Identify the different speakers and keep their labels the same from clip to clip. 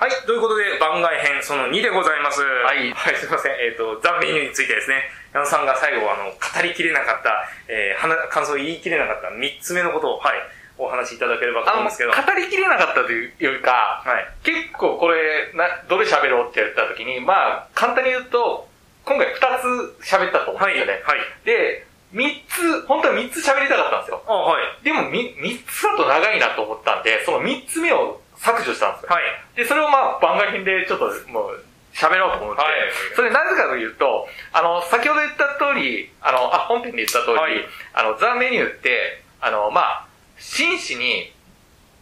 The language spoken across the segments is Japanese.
Speaker 1: はい、ということで、番外編その2でございます。はいはい、すいません。えっ、と、ザ・メニューについてですね、矢野さんが最後、あの、語りきれなかった、えー、話感想を言い切れなかった3つ目のことを、はい、お話しいただければと思うん
Speaker 2: あの、
Speaker 1: ですけど、
Speaker 2: 語
Speaker 1: はい。
Speaker 2: りきれなかったというよりか、結構これ、などれ喋ろうってやった時に、まあ、簡単に言うと、今回2つ喋ったと思うん
Speaker 1: は
Speaker 2: で
Speaker 1: い、
Speaker 2: す
Speaker 1: は
Speaker 2: よ
Speaker 1: い
Speaker 2: ね。。で、3つ、本当は3つ喋りたかったんですよ。
Speaker 1: あ、はい。
Speaker 2: でもみ3つだと長いなと思ったんで、その3つ目を削除したんですよ。
Speaker 1: はい。
Speaker 2: で、それをまあ番外編でちょっともう喋ろうと思って、
Speaker 1: はい
Speaker 2: それなぜかというと、あの、先ほど言った通り、あの、あ、本編で言った通り、
Speaker 1: はい
Speaker 2: あの、ザ・メニューって、あの、まあ、真摯に、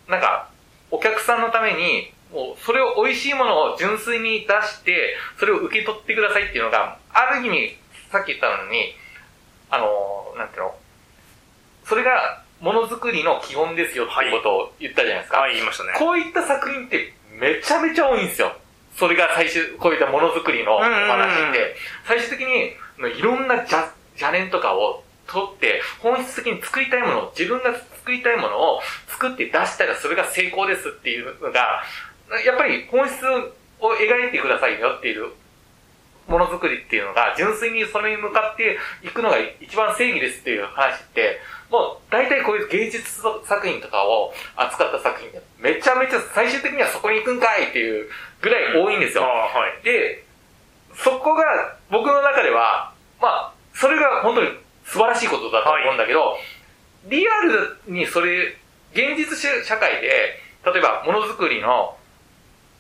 Speaker 2: なんか、お客さんのために、もう、それを、美味しいものを純粋に出して、それを受け取ってくださいっていうのが、ある意味、さっき言ったのに、あの、なんていうの、それが、ものづくりの基本ですよっていうことを言ったじゃないですか。
Speaker 1: はい、言いましたね。
Speaker 2: こういった作品ってめちゃめちゃ多いんですよ。それが最終、こういったものづくりのお
Speaker 1: うんうんう
Speaker 2: 話
Speaker 1: ん
Speaker 2: で、最終的にいろんなじゃ邪念とかを取って、本質的に作りたいものを、自分が作りたいものを作って出したらそれが成功ですっていうのが、やっぱり本質を描いてくださいよっていうものづくりっていうのが、純粋にそれに向かっていくのが一番正義ですっていう話って、もう大体こういう芸術作品とかを扱った作品で、めちゃめちゃ最終的にはそこに行くんかいっていうぐらい多いんです
Speaker 1: あ、
Speaker 2: よ。
Speaker 1: はい。
Speaker 2: で、そこが僕の中では、まあ、それが本当に素晴らしいことだと思うんだけど、リアルにそれ、現実社会で、例えばものづくりの、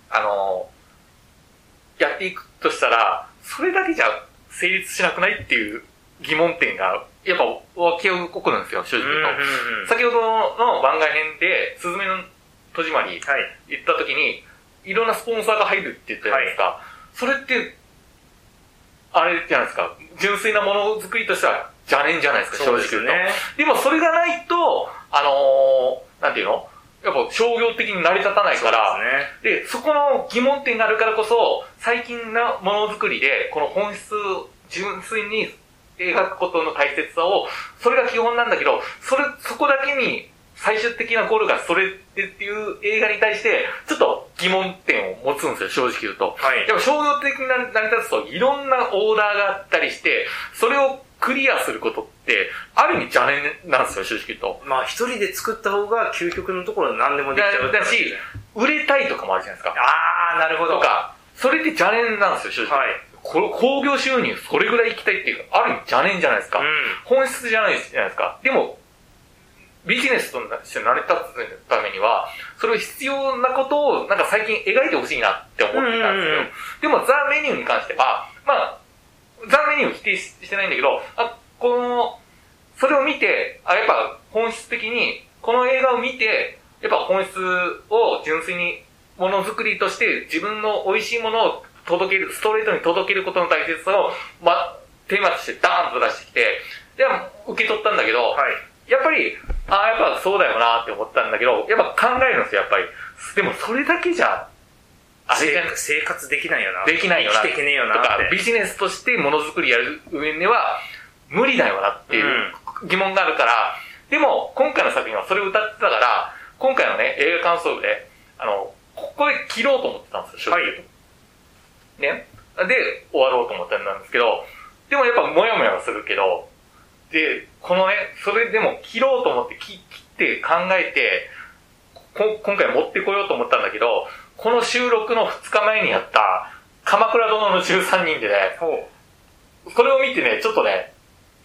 Speaker 2: あの、やっていくとしたら、それだけじゃ成立しなくないっていう疑問点が、やっぱ湧き起こるんですよ、正
Speaker 1: うん
Speaker 2: 直
Speaker 1: うん
Speaker 2: 言うと。
Speaker 1: うん。
Speaker 2: 先ほどの番外編で、すずめの戸締まり、
Speaker 1: はい。
Speaker 2: 行った時に、いろんなスポンサーが入るって言ったじゃないですか。それって、あれじゃないですか。純粋なものづくりとしては邪念じゃないですか、正
Speaker 1: そう
Speaker 2: 直
Speaker 1: です
Speaker 2: 言うと。
Speaker 1: ね。
Speaker 2: でもそれがないと、あのー、なんていうのやっぱ商業的に成り立たない
Speaker 1: そ
Speaker 2: か
Speaker 1: うで
Speaker 2: ら、
Speaker 1: すね。
Speaker 2: で、そこの疑問点があるからこそ、最近のものづくりで、この本質を純粋に描くことの大切さを、それが基本なんだけど、それ、そこだけに、最終的なゴールがそれでっていう映画に対して、ちょっと疑問点を持つんですよ、正直言うと。
Speaker 1: はい。
Speaker 2: やっぱ商業的にな成り立つと、いろんなオーダーがあったりして、それをクリアすることって、ある意味邪念なんですよ、正直言うと。
Speaker 1: まあ、一人で作った方が究極のところ何でもできちゃうって
Speaker 2: だ
Speaker 1: 話
Speaker 2: だし、売れたいとかもあるじゃないですか。
Speaker 1: あー、なるほど。
Speaker 2: とか、それって邪念なんですよ、正直。
Speaker 1: はい。
Speaker 2: これ興行収入それぐらい行きたいっていうか、ある意味邪念じゃないですか。
Speaker 1: う
Speaker 2: 本質じゃないじゃないですか。でも、ビジネスとして成り立つためには、それを必要なことをなんか最近描いてほしいなって思ってたんですよ。
Speaker 1: うんうんうん
Speaker 2: でもザ・メニューに関しては、まあ、ザ・メニューを否定ししてないんだけど、あ、この、それを見て、あ、やっぱ本質的に、この映画を見て、やっぱ本質を純粋にものづくりとして自分の美味しいものを届ける、ストレートに届けることの大切さを、ま、テーマとしてダーンと出してきて、で、受け取ったんだけど、
Speaker 1: ん。はい。
Speaker 2: やっぱり、ああ、やっぱそうだよなって思ったんだけど、やっぱ考えるんですよ、やっぱり。でもそれだけじゃ、あれじゃ
Speaker 1: せ生活できないよな。
Speaker 2: できないよな
Speaker 1: 生きてけねえよ
Speaker 2: と
Speaker 1: なって。
Speaker 2: か、ビジネスとしてものづくりやる上には、無理だよなっていう疑問があるから、でも、今回の作品はそれを歌ってたから、今回のね、映画感想部で、あの、ここで切ろうと思ってたんですよ、
Speaker 1: はい
Speaker 2: 正直。ね。で、終わろうと思ったんですけど、でもやっぱモヤモヤはするけど、で、このね、それでも切ろうと思って切切って考えて、こ今回持ってこようと思ったんだけど、この収録の2日前にやった、鎌倉殿の13人でね、
Speaker 1: ほう。
Speaker 2: これを見てね、ちょっとね、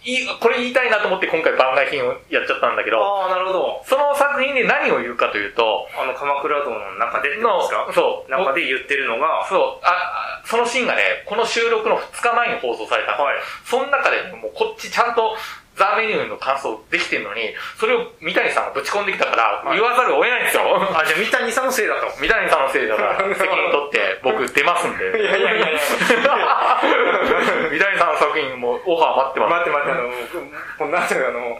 Speaker 2: いいこれ言いたいなと思って今回番外品をやっちゃったんだけど、
Speaker 1: ああ、なるほど。
Speaker 2: その作品で何を言うかというと、
Speaker 1: あの、鎌倉殿の中でってこと
Speaker 2: の
Speaker 1: ですか、
Speaker 2: そう、
Speaker 1: 中で言ってるのが、は
Speaker 2: そうあ、あそのシーンがね、この収録の2日前に放送されたの。
Speaker 1: い。
Speaker 2: その中で、もうこっちちゃんとザ・メニューの感想できてるのに、それを三谷さんがぶち込んできたから、
Speaker 1: はい
Speaker 2: 言わざるを得ないんですよ。
Speaker 1: あ、じゃあ三谷さんのせいだと。
Speaker 2: 三谷さんのせいだから、責任 取って僕出ますんで。
Speaker 1: いやいやいやいや
Speaker 2: 三谷さんの作品もオファー待ってま
Speaker 1: 待っ
Speaker 2: す。
Speaker 1: て待って、あの、こんな後であの、もう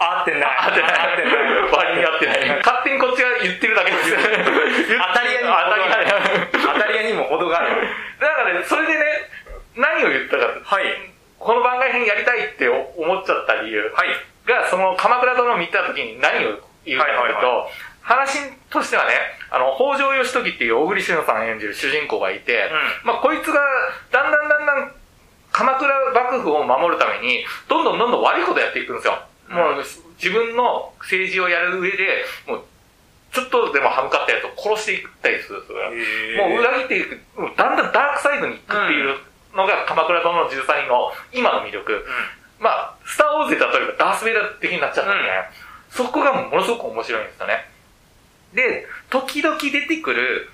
Speaker 1: 合ってない。
Speaker 2: 合ってない
Speaker 1: 合ってない。
Speaker 2: 割に合ってない。 勝手にこっちが言ってるだけ です。
Speaker 1: 当たり屋にも
Speaker 2: 当たり屋にも
Speaker 1: 当たり屋にも程がある。
Speaker 2: だからね、それでね、何を言ったか、
Speaker 1: はい。
Speaker 2: この番外編やりたいって思っちゃった理由
Speaker 1: はい。
Speaker 2: が、その鎌倉殿を見た時に何を言うかというと、
Speaker 1: はいはい
Speaker 2: 話としてはね、あの、北条義時っていう小栗旬さん演じる主人公がいて、
Speaker 1: う
Speaker 2: まあ、こいつが、だんだんだんだん、鎌倉幕府を守るために、どんどんどんどん悪いことをやっていくんですよ。
Speaker 1: うん
Speaker 2: もう、自分の政治をやる上で、もう、ちょっとでも歯向かったやつを殺していったりするんですよ。もう
Speaker 1: 裏
Speaker 2: 裏切っていく、もうだんだんダークサイドに行くっていうのが、鎌倉殿の13人の今の魅力。まあ、スター・ウォーズで例えばダース・ベイダー的になっちゃったんで、ねそこがものすごく面白いんですよね。で、時々出てくる、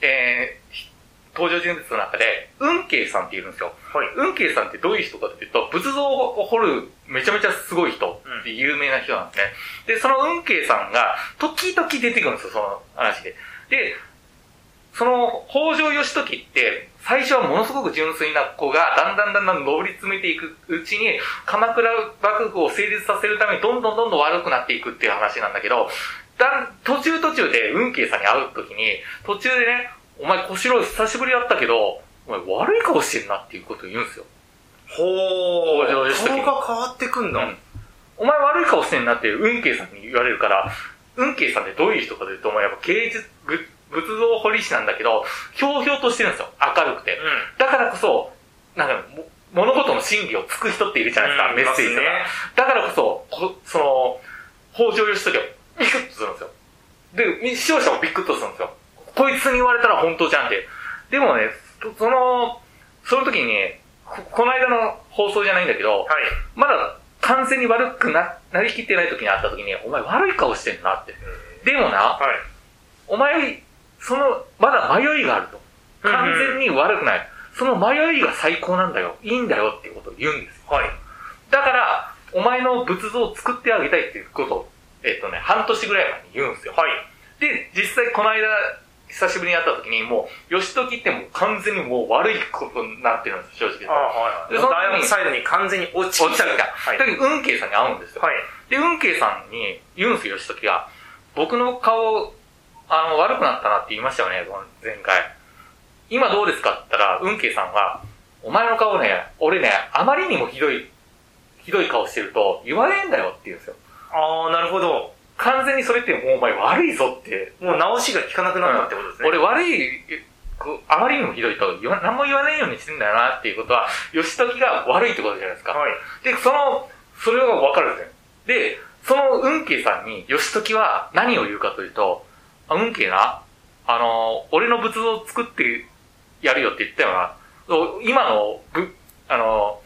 Speaker 2: えーひ登場人物の中で、運慶さんっているんですよ。
Speaker 1: はい。
Speaker 2: 運慶さんってどういう人かっていうと、仏像を彫るめちゃめちゃすごい人って有名な人なんですね。で、その運慶さんが時々出てくるんですよ、その話で。で、その北条義時って、最初はものすごく純粋な子が、だんだんだんだん上り詰めていくうちに、鎌倉幕府を成立させるためにどんどんどんどん悪くなっていくっていう話なんだけど、だん、途中途中で運慶さんに会う時に、途中でね、お前小四郎久しぶりだったけど、お前悪い顔してんなっていうことを言うんですよ。
Speaker 1: ほ
Speaker 2: 北条義時
Speaker 1: ー。顔が変わってくんだ。
Speaker 2: うんお前悪い顔してんなって運慶さんに言われるから、運慶さんってどういう人かというと、もうやっぱ芸術、ぶ仏像彫り師なんだけど、ひょうひょうとしてるんですよ。明るくて。だからこそ、なんか、も物事の真理をつく人っているじゃないですか、メッセージとか。
Speaker 1: ね。
Speaker 2: だからこそ、こその、北条義時はビクッとするんですよ。で、視聴者もビクッとするんですよ。こいつに言われたら本当じゃんって。でもね、そその、その時にね、ここの間の放送じゃないんだけど、
Speaker 1: はい。
Speaker 2: まだ完全に悪くな、なりきってない時に会った時に、お前悪い顔してんなって。でもな、
Speaker 1: はい。
Speaker 2: お前、その、まだ迷いがあると。完全に悪くない。その迷いが最高なんだよ。いいんだよっていうことを言うんです。
Speaker 1: はい。
Speaker 2: だから、お前の仏像を作ってあげたいっていうことを、えっとね、半年ぐらい前に言うんですよ。
Speaker 1: はい。
Speaker 2: で、実際この間、久しぶりに会った時に、もう、義時ってもう完全にもう悪いことになってるんですよ、正
Speaker 1: あ
Speaker 2: 直。
Speaker 1: はい。
Speaker 2: で
Speaker 1: で、
Speaker 2: そ
Speaker 1: そ
Speaker 2: の
Speaker 1: の
Speaker 2: 時に
Speaker 1: ダイヤサイドに完全に落ち
Speaker 2: 落ち
Speaker 1: た
Speaker 2: てきた。
Speaker 1: はい。
Speaker 2: だ
Speaker 1: はい。
Speaker 2: けど、運慶さんに会うんですよ。で、運慶さんに言うんですよ、義時が。僕の顔、あの、悪くなったなって言いましたよね、この前回。今どうですかって言ったら、運慶さんが、お前の顔ね、俺ね、あまりにもひどい、ひどい顔してると言われんだよって言うんですよ。
Speaker 1: ああ、なるほど。
Speaker 2: 完全にそれってもうお前悪いぞって。
Speaker 1: もう直しが効かなくなったってことですね。
Speaker 2: 俺悪い、こうあまりにもひどいと言わ、何も言わないようにしてんだよなっていうことは、義時が悪いってことじゃないですか。
Speaker 1: はい。
Speaker 2: で、その、それがわかるんですよ。で、その運慶さんに、義時は何を言うかというと、あ運慶な、あの、俺の仏像を作ってやるよって言ったよな。お今の、ぶ、あの、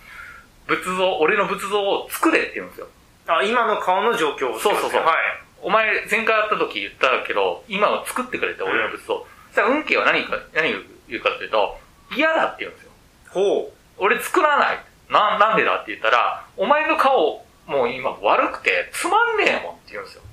Speaker 2: 仏像、俺の仏像を作れって言うんですよ。
Speaker 1: あ、今の顔の状況を
Speaker 2: そうそうそう
Speaker 1: はい。
Speaker 2: お前、前回会った時言ったけど、今を作ってくれって、俺の仏像。そしたら運慶は何か、何を言うかというと、嫌だって言うんですよ。
Speaker 1: ほ
Speaker 2: 俺作らない。な、なんでだって言ったら、お前の顔、もう今悪くて、つまんねえもんって言うんですよ。
Speaker 1: う。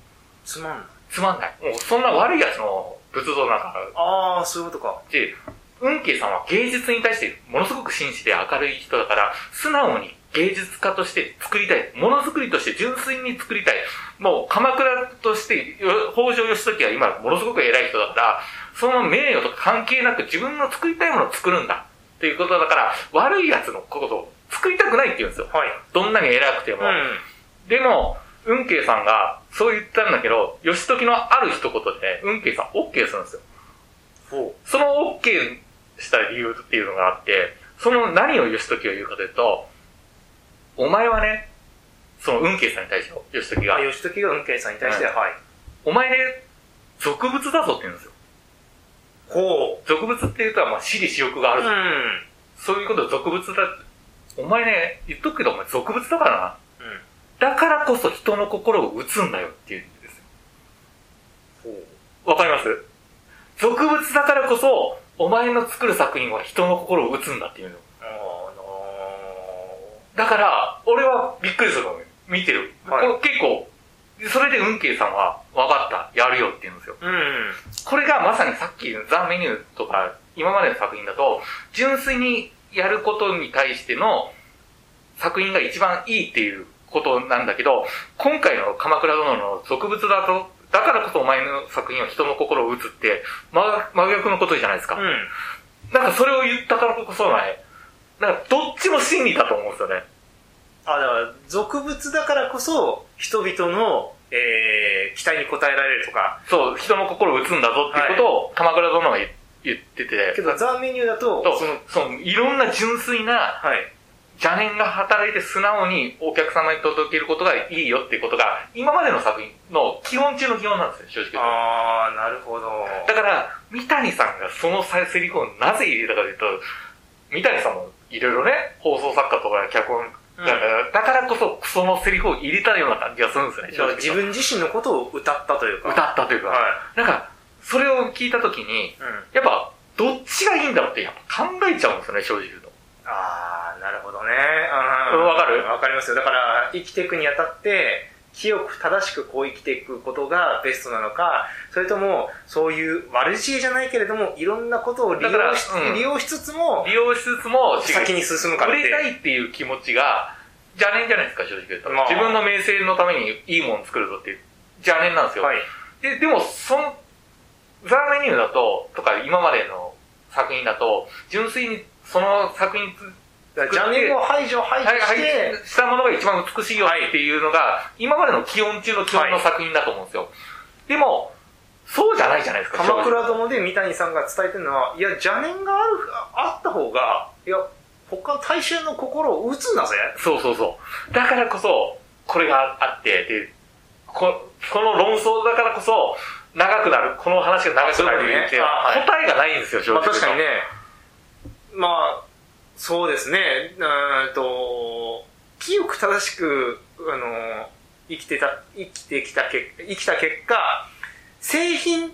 Speaker 1: つまんない。
Speaker 2: つまんない。もうそんな悪いやつの仏像なんかある
Speaker 1: ああ、そういうことか。
Speaker 2: し、運慶さんは芸術に対してものすごく真摯で明るい人だから、素直に芸術家として作りたい。ものづくりとして純粋に作りたい。もう鎌倉として、よ北条義時は今ものすごく偉い人だから、その名誉とか関係なく自分の作りたいものを作るんだ。っていうことだから、悪いやつのことを作りたくないって言うんですよ。
Speaker 1: はい。
Speaker 2: どんなに偉くても。
Speaker 1: う
Speaker 2: でも、運慶さんがそう言ったんだけど、義時のある一言で、運慶さん OK するんですよ。
Speaker 1: ん。ほ
Speaker 2: その OK した理由っていうのがあって、その何を義時が言うかというと、お前はね、その運慶さんに対して義時
Speaker 1: う。
Speaker 2: が
Speaker 1: あ、、吉時が運慶さんに対して、
Speaker 2: う
Speaker 1: はい。
Speaker 2: お前ね、俗物だぞって言うんですよ。
Speaker 1: ほ
Speaker 2: 俗物っていうとは、まあ、私利私欲があ
Speaker 1: う。
Speaker 2: る
Speaker 1: う。ん。
Speaker 2: そういうことを俗物だ。お前ね、言っとくけど、お前俗物だからな。
Speaker 1: うん。
Speaker 2: だからこそ人の心を打つんだよっていうんですよ。
Speaker 1: ほう。
Speaker 2: わかります俗物だからこそ、お前の作る作品は人の心を打つんだっていうの。
Speaker 1: あの
Speaker 2: だから、俺はびっくりすると思うよ。見てる。
Speaker 1: はい
Speaker 2: これ結構、それで運慶さんは、わかった、やるよって言うんですよ。
Speaker 1: ー。うん。
Speaker 2: これがまさにさっきのザ・メニューとか、今までの作品だと、純粋にやることに対しての作品が一番いいっていうことなんだけど、今回の鎌倉殿の俗物だと、だからこそお前の作品は人の心を打つって、真真逆のことじゃないですか。
Speaker 1: うん。
Speaker 2: なんかそれを言ったからこそない。なんかどっちも真理だと思うんですよね。
Speaker 1: あ、だから、俗物だからこそ、人々の、えー、期待に応えられるとか。
Speaker 2: そう、人の心を打つんだぞっていうことを、鎌倉殿が言言ってて、
Speaker 1: けど、ザ・メニューだと、
Speaker 2: と
Speaker 1: その、
Speaker 2: そのいろんな純粋な
Speaker 1: はい。
Speaker 2: 邪念が働いて素直にお客様に届けることがいいよっていうことが、今までの作品の基本中の基本なんですよ、正直。
Speaker 1: あー、なるほど。
Speaker 2: だから、三谷さんがその再セリフをなぜ入れたかというと、三谷さんもいろいろね、放送作家とか脚本だから、だからこそそのセリフを入れたような感じがするんですよね、
Speaker 1: だから自分自身のことを歌ったというか。
Speaker 2: 歌ったというか。
Speaker 1: は
Speaker 2: なんか、それを聞いたときに、
Speaker 1: い。うん。
Speaker 2: やっぱ、どっちがいいんだろうってやっぱ考えちゃうんですよね、正直言うと。
Speaker 1: あー、なるほどね。
Speaker 2: うんわかる
Speaker 1: わかりますよ。だから、生きていくにあたって、清く正しくこう生きていくことがベストなのか、それとも、そういう悪知恵じゃないけれども、いろんなことを利
Speaker 2: だから
Speaker 1: 用し,、
Speaker 2: うん
Speaker 1: 利用しつつも、
Speaker 2: 利用しつつも、
Speaker 1: 先に進むからっ
Speaker 2: 売
Speaker 1: て
Speaker 2: れたいっていう気持ちが、邪念じゃないですか、正直言うと。
Speaker 1: まあ
Speaker 2: 自分の名声のためにいいもん作るぞっていう邪念なんですよ。
Speaker 1: はい。
Speaker 2: で、でも、その、ザーメニューだと、とか今までの作品だと、純粋にその作品
Speaker 1: だから邪念を排除、排除
Speaker 2: はい、は
Speaker 1: して、
Speaker 2: い、したものが一番美しいよっていうのが、今までの基本中の基本の作品だと思うんですよ。でも、そうじゃないじゃないですか、
Speaker 1: 鎌倉殿で三谷さんが伝えてるのは、いや、邪念がある、ああった方が、いや、他の大衆の心を打つんだぜ。
Speaker 2: そうそうそう。だからこそ、これがあって、で、ここの論争だからこそ、長くなる、この話が長くなる理由っていうのは
Speaker 1: あそういうことねあ
Speaker 2: 答えがないんですよ、正
Speaker 1: まあ
Speaker 2: 直。
Speaker 1: 確かにね、まあ、そうですね、うーんと、清く正しく、あの、生きてた、生きてきた結生きた結果、製品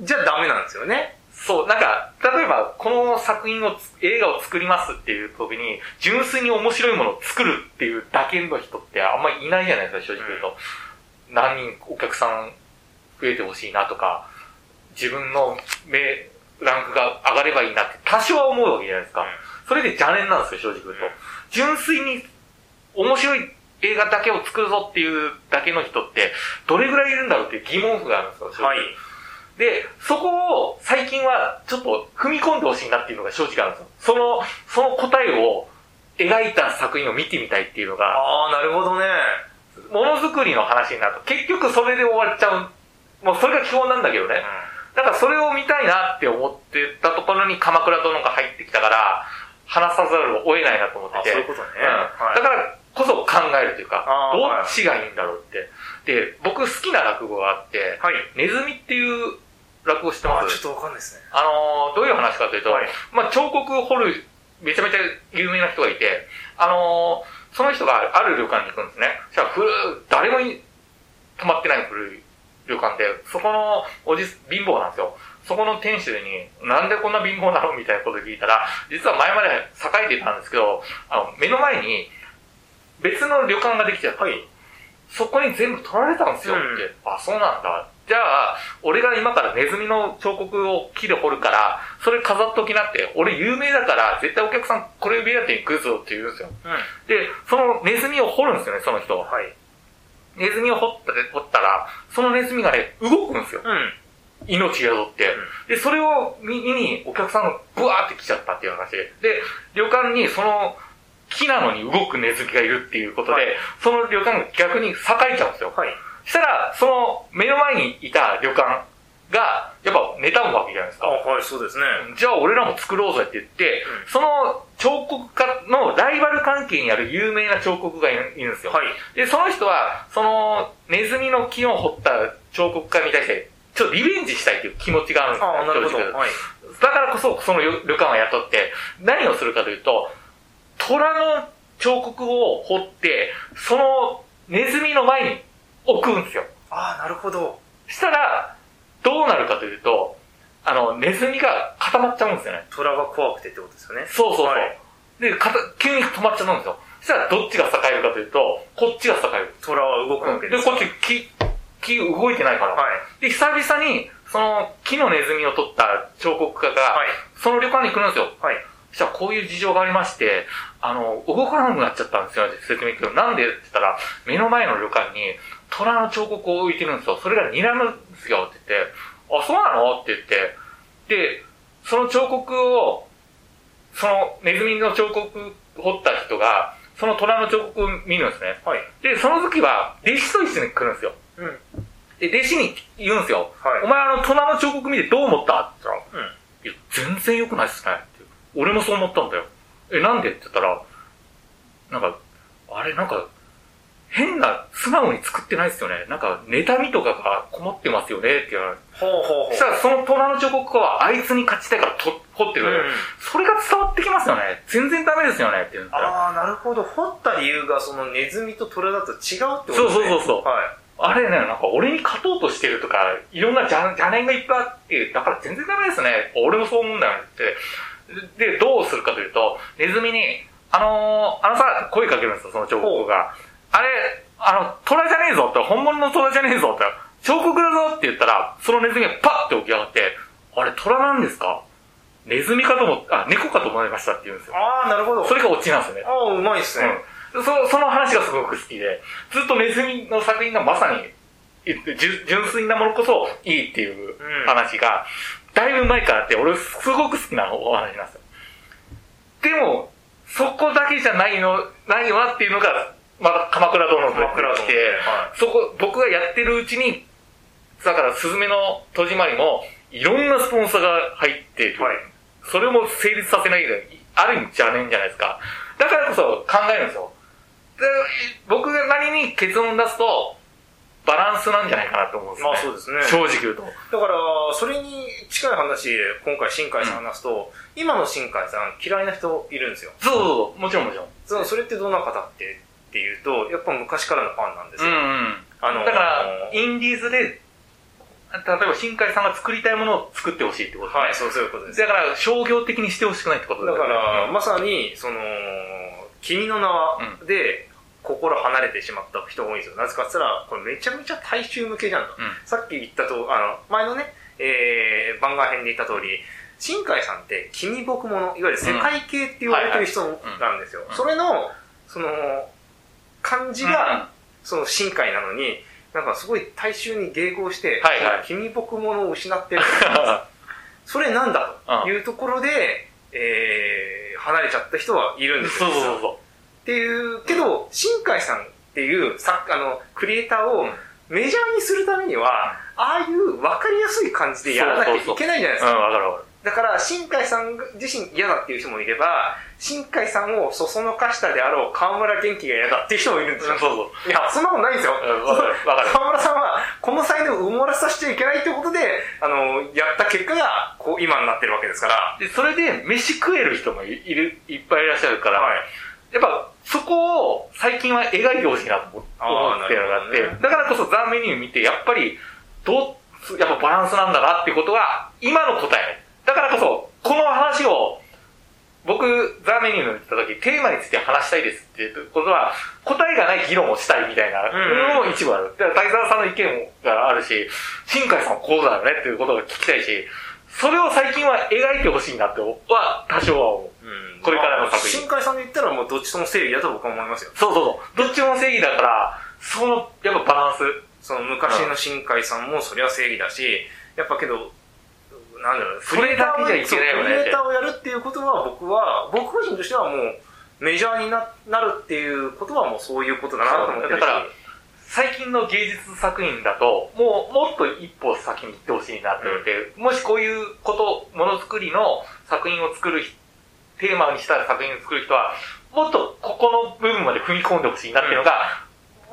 Speaker 1: じゃダメなんですよね。
Speaker 2: そう、なんか、例えば、この作品をつ、映画を作りますっていう時に、純粋に面白いものを作るっていうだけの人ってあんまりいないじゃないですか、正直言うと。何人お客さん増えてほしいなとか、自分の名、ランクが上がればいいなって多少は思うわけじゃないですか。
Speaker 1: うん
Speaker 2: それで邪念なんですよ、正直言うと。
Speaker 1: うん
Speaker 2: 純粋に面白い映画だけを作るぞっていうだけの人って、どれぐらいいるんだろうっていう疑問符があるんですよ、正直
Speaker 1: はい。
Speaker 2: で、そこを最近はちょっと踏み込んでほしいなっていうのが正直あるんですよ。その、その答えを描いた作品を見てみたいっていうのが、
Speaker 1: ああ、なるほどね。
Speaker 2: ものづくりの話になると結局それで終わっちゃう。もうそれが基本なんだけどね。だからそれを見たいなって思ってたところに鎌倉殿が入ってきたから、話さざるを得ないなと思
Speaker 1: あ
Speaker 2: って
Speaker 1: そう
Speaker 2: て。
Speaker 1: いうことね。
Speaker 2: うんだからこそ考えるというか
Speaker 1: あ、ー
Speaker 2: ど
Speaker 1: はい
Speaker 2: っちがいいんだろうって。で、僕好きな落語があって、
Speaker 1: はい。
Speaker 2: ネズミっていう落語知って
Speaker 1: あ
Speaker 2: ます
Speaker 1: ちょっとわかんないですね。
Speaker 2: あのーどういう話かというと、
Speaker 1: はい
Speaker 2: まあ、彫刻を彫る、めちゃめちゃ有名な人がいて、あのーその人がある旅館に行くんですね。そしたら古い、誰もい泊まってない古い旅館で、そこのおじ、貧乏なんですよ。そこの店主に、なんでこんな貧乏なのみたいなこと聞いたら、実は前まで栄えてたんですけど、あの、目の前に別の旅館ができちゃった。そこに全部取られたんですよって。あ、そうなんだ。じゃあ、俺が今からネズミの彫刻を木で彫るから、それ飾っときなって、俺有名だから、絶対お客さんこれ目当てに来るぞって言うんですよ。
Speaker 1: うん。は
Speaker 2: で、そのネズミを掘るんですよね、その人は。
Speaker 1: い。
Speaker 2: ネズミを掘ったで掘ったら、そのネズミがね、動くんですよ。
Speaker 1: うん。
Speaker 2: 命が宿って。で、それを見にお客さんがブワーって来ちゃったっていう話で。で、旅館にその木なのに動くネズミがいるっていうことで、
Speaker 1: はい
Speaker 2: その旅館が逆に栄えちゃうんですよ。
Speaker 1: はい。
Speaker 2: したら、その目の前にいた旅館が、やっぱネタむわけじゃないです
Speaker 1: あ、
Speaker 2: か。
Speaker 1: はい、そうですね。
Speaker 2: じゃあ俺らも作ろうぜって言って、
Speaker 1: う
Speaker 2: その彫刻家のライバル関係にある有名な彫刻家がいるいるんですよ。
Speaker 1: はい。
Speaker 2: で、その人は、そのネズミの木を掘った彫刻家に対して、ちょっとリベンジしたいっていう気持ちがあるんですよ
Speaker 1: ああ、なるほど。
Speaker 2: 正直
Speaker 1: はい。
Speaker 2: だからこそ、その旅館は雇って、何をするかというと、虎の彫刻を掘って、そのネズミの前に置くんですよ。
Speaker 1: ああ、なるほど。
Speaker 2: したら、どうなるかというと、あの、ネズミが固まっちゃうんですよね。
Speaker 1: 虎が怖くてってことですよね。
Speaker 2: そうそうそう。
Speaker 1: はい
Speaker 2: で、かた急に止まっちゃうんですよ。そしたら、どっちが栄えるかというと、こっちが栄える。
Speaker 1: 虎は動くわけ
Speaker 2: で
Speaker 1: で、す。
Speaker 2: こっち、木、木動いてないから。
Speaker 1: はい。
Speaker 2: で、久々に、その、木のネズミを取った彫刻家が、
Speaker 1: はい。
Speaker 2: その旅館に来るんですよ。
Speaker 1: はい。
Speaker 2: そしたらこういう事情がありまして、あの、動かなくなっちゃったんですよ、説明会なんでって言ったら、目の前の旅館に虎の彫刻を置いてるんですよ。それが睨むんですよって言って、あ、そうなのって言って、で、その彫刻を、そのネズミの彫刻彫った人が、その虎の彫刻を見るんですね。
Speaker 1: はい。
Speaker 2: で、その時は、弟子と一緒に来るんですよ。
Speaker 1: うん。
Speaker 2: で、弟子に言うんですよ。
Speaker 1: はい
Speaker 2: お前あの、トナの彫刻見てどう思ったって言ったら、
Speaker 1: うん。
Speaker 2: いや、全然良くないっすね。って俺もそう思ったんだよ。え、なんでって言ったら、なんか、あれ、なんか、変な、素直に作ってないっすよね。なんか、妬みとかがこもってますよね、って言われて。
Speaker 1: ほうほうほう。
Speaker 2: そしたら、その虎の彫刻家は、あいつに勝ちたいからと、掘って
Speaker 1: う
Speaker 2: る、
Speaker 1: ん。
Speaker 2: それが伝わってきますよね。全然ダメですよね、って言うんだよ。
Speaker 1: ああ、なるほど。掘った理由が、そのネズミと虎だと違うってことですね。
Speaker 2: そうそうそうそう
Speaker 1: はい。
Speaker 2: あれね、なんか俺に勝とうとしてるとか、いろんな邪邪念がいっぱいあって、だから全然ダメですね。俺もそう思うんだよって。で、どうするかというと、ネズミに、あのー、あのさ、声かけるんですよ、その彫刻が。あれ、あの、虎じゃねえぞって、本物の虎じゃねえぞって、彫刻だぞって言ったら、そのネズミがパッて起き上がって、あれ、虎なんですかネズミかと思っあ、猫かと思いましたって言うんですよ。
Speaker 1: ああ、なるほど。
Speaker 2: それがオチなんですよね。
Speaker 1: ああ、うまいっすね。
Speaker 2: うん、そその話がすごく好きで、ずっとネズミの作品がまさに、えじゅ純粋なものこそいいっていう
Speaker 1: うん
Speaker 2: 話が、だいぶ前からあって、俺すごく好きなお話なんですよ。でも、そこだけじゃないの、ないよなっていうのが、また鎌倉殿の出て
Speaker 1: 枕と
Speaker 2: きて、そこ、僕がやってるうちに、だから、スズメの戸締まりも、いろんなスポンサーが入ってる。
Speaker 1: はい。
Speaker 2: それも成立させないで、ある意味邪念じゃないですか。だからこそ考えるんですよ。で僕が何に結論出すと、バランスなんじゃないかなと思うんです
Speaker 1: ま
Speaker 2: よ、
Speaker 1: あ
Speaker 2: ね。
Speaker 1: そうですね。
Speaker 2: 正直言うと。
Speaker 1: だから、それに近い話で、今回新海さん話すと、今の新海さん嫌いな人いるんですよ。
Speaker 2: そうそうそう、もちろんもちろん。
Speaker 1: そそれってどんな方ってっていうと、やっぱ昔からのファンなんです
Speaker 2: う
Speaker 1: よ。
Speaker 2: んうん。
Speaker 1: あの
Speaker 2: だから、インディーズで、例えば新海さんが作りたいものを作ってほしいってこと
Speaker 1: はい、
Speaker 2: ね。
Speaker 1: そうそういうことです。
Speaker 2: だから、商業的にしてほしくないってこと
Speaker 1: だ
Speaker 2: よ
Speaker 1: か
Speaker 2: ね
Speaker 1: ら、まさに、その、君の名はで、心離れてしまった人が多いんですよ。なぜかって言ったら、これめちゃめちゃ大衆向けじゃんと。
Speaker 2: うん
Speaker 1: さっき言ったと、あの、前のね、えー、番外編で言った通り、新海さんって、君僕もの、いわゆる世界系って言われてる人なんですよ。
Speaker 2: うん
Speaker 1: それの、その、感じが、その新海なのに、なんかすごい大衆に迎合して、
Speaker 2: はいはい
Speaker 1: 君僕ものを失 ってる。
Speaker 2: う
Speaker 1: それなんだというところで、えー、離れちゃった人はいるん
Speaker 2: ん
Speaker 1: です
Speaker 2: そ
Speaker 1: よ。
Speaker 2: うそうそうそ
Speaker 1: っていう、けど、新海さんっていう作家のクリエイターを
Speaker 2: うん
Speaker 1: メジャーにするためには、ああいう分かりやすい感じでやらなきゃいけないじゃないです
Speaker 2: う。う
Speaker 1: か。
Speaker 2: ん、わかるわかる。
Speaker 1: だから、新海さん自身嫌だっていう人もいれば、新海さんをそそのかしたであろう河村元気が嫌だっていう人もいるん
Speaker 2: うん
Speaker 1: ですよ
Speaker 2: そう。そう。
Speaker 1: いや、そんなことないんですよ。
Speaker 2: うんわかるわかる
Speaker 1: 河村さんは、この才能を埋もらさせちゃいけないってことで、あの、やった結果が、こう、今になってるわけですから。
Speaker 2: で、それで飯食える人もいいる、いっぱいいらっしゃるから、
Speaker 1: はい。
Speaker 2: やっぱそこを最近は描いてほしいなと思思ってるのがあって、
Speaker 1: あーなるほどね
Speaker 2: だからこそザ・メニュー見て、やっぱり、どう、やっぱバランスなんだなってことが、今の答え。だからこそ、この話を、僕、ザ・メニューの言った時、テーマについて話したいですっていうことは、答えがない議論をしたいみたいなのも一部ある。だから、滝沢さんの意見があるし、新海さんはこうだよねっていうことが聞きたいし、それを最近は描いてほしいなっては、多少は思う。
Speaker 1: うん
Speaker 2: これからの作品
Speaker 1: 新海さんで言ったら、もうどっちとも正義だと僕は思いますよ。
Speaker 2: そうそうそう。どっちも正義だから、その、やっぱバランス。
Speaker 1: その昔の新海さんもそりゃ正義だし、やっぱけど、なんだろう、
Speaker 2: それだけじゃいけないよね
Speaker 1: クリエイターをやるっていうことは僕は、僕個人としてはもう、メジャーにななるっていうことはもうそういうことだなと思ってるし。
Speaker 2: だから最近の芸術作品だと、もう、もっと一歩先に行ってほしいなって思って、もしこういうこと、ものづくりの作品を作るひ、テーマにした作品を作る人は、もっとここの部分まで踏み込んでほしいなっていうのが、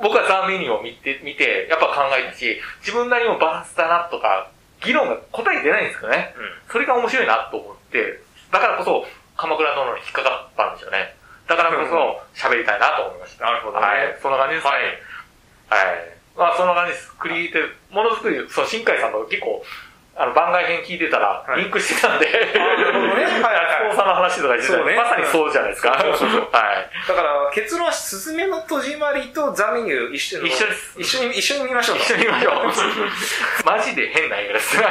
Speaker 2: 僕はザ・メニューを見て、見て、やっぱ考えたし、自分なりのバランスだなとか、議論が答えてないんですけどね。
Speaker 1: うん
Speaker 2: それが面白いなと思って、だからこそ、鎌倉殿に引っかかったんですよね。だからこそ、喋りたいなと思いました。
Speaker 1: なるほどね
Speaker 2: はい、そんな感じですね。はい。まあ、そんな感じです。クリエイティブ、ものづくり、その新海さんと結構、あの、番外編聞いてたら、
Speaker 1: はい
Speaker 2: リンクしてたんで、
Speaker 1: なるほどねはい はいはい
Speaker 2: スポンサーの話とかしてた
Speaker 1: そうね
Speaker 2: ら、まさにそうじゃないですか。は
Speaker 1: そうそうそう
Speaker 2: い。
Speaker 1: だから、結論は、すずめの戸締まりとザ・メニュー一緒に、
Speaker 2: 一緒です
Speaker 1: 一緒に、一緒に見ましょう
Speaker 2: 一緒に見ましょう。マジで変な映画です。
Speaker 1: う。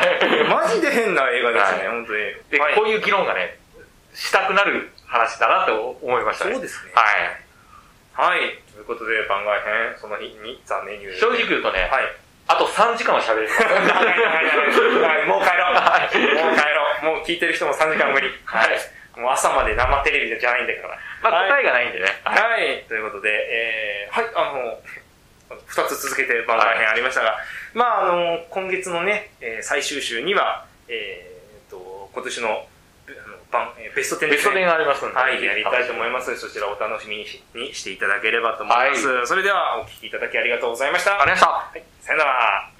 Speaker 1: マジで変な映画ですね、
Speaker 2: は
Speaker 1: 本当に。
Speaker 2: で、
Speaker 1: はい
Speaker 2: こういう議論がね、したくなる話だなと思いましたね。
Speaker 1: そうですね
Speaker 2: はい。
Speaker 1: はい。ということで、番外編、その日にザ・メニュー。
Speaker 2: 正直言うとね、
Speaker 1: はい。
Speaker 2: あと3時間は喋れる。
Speaker 1: 長い長い長い長い。もう帰ろう。
Speaker 2: はい
Speaker 1: もう帰ろう。もう聞いてる人も3時間無理。
Speaker 2: はい。
Speaker 1: もう朝まで生テレビじゃないんだから。
Speaker 2: まあ
Speaker 1: はい
Speaker 2: 答えがないんでね。
Speaker 1: はい。ということで、えー、はい、あの、 2つ続けて番外編ありましたが、まあ、あの、今月のね、えー最終週には、えーっと、今年の、あの番えーベスト10
Speaker 2: ベ
Speaker 1: で
Speaker 2: ス
Speaker 1: す
Speaker 2: ト
Speaker 1: ね。
Speaker 2: 10がありますので。
Speaker 1: はい、やりたいと思います。そちらお楽しみにしにしていただければと思います。それでは、お聞きいただきありがとうございました。
Speaker 2: ありがとうございました。
Speaker 1: はい、さよなら。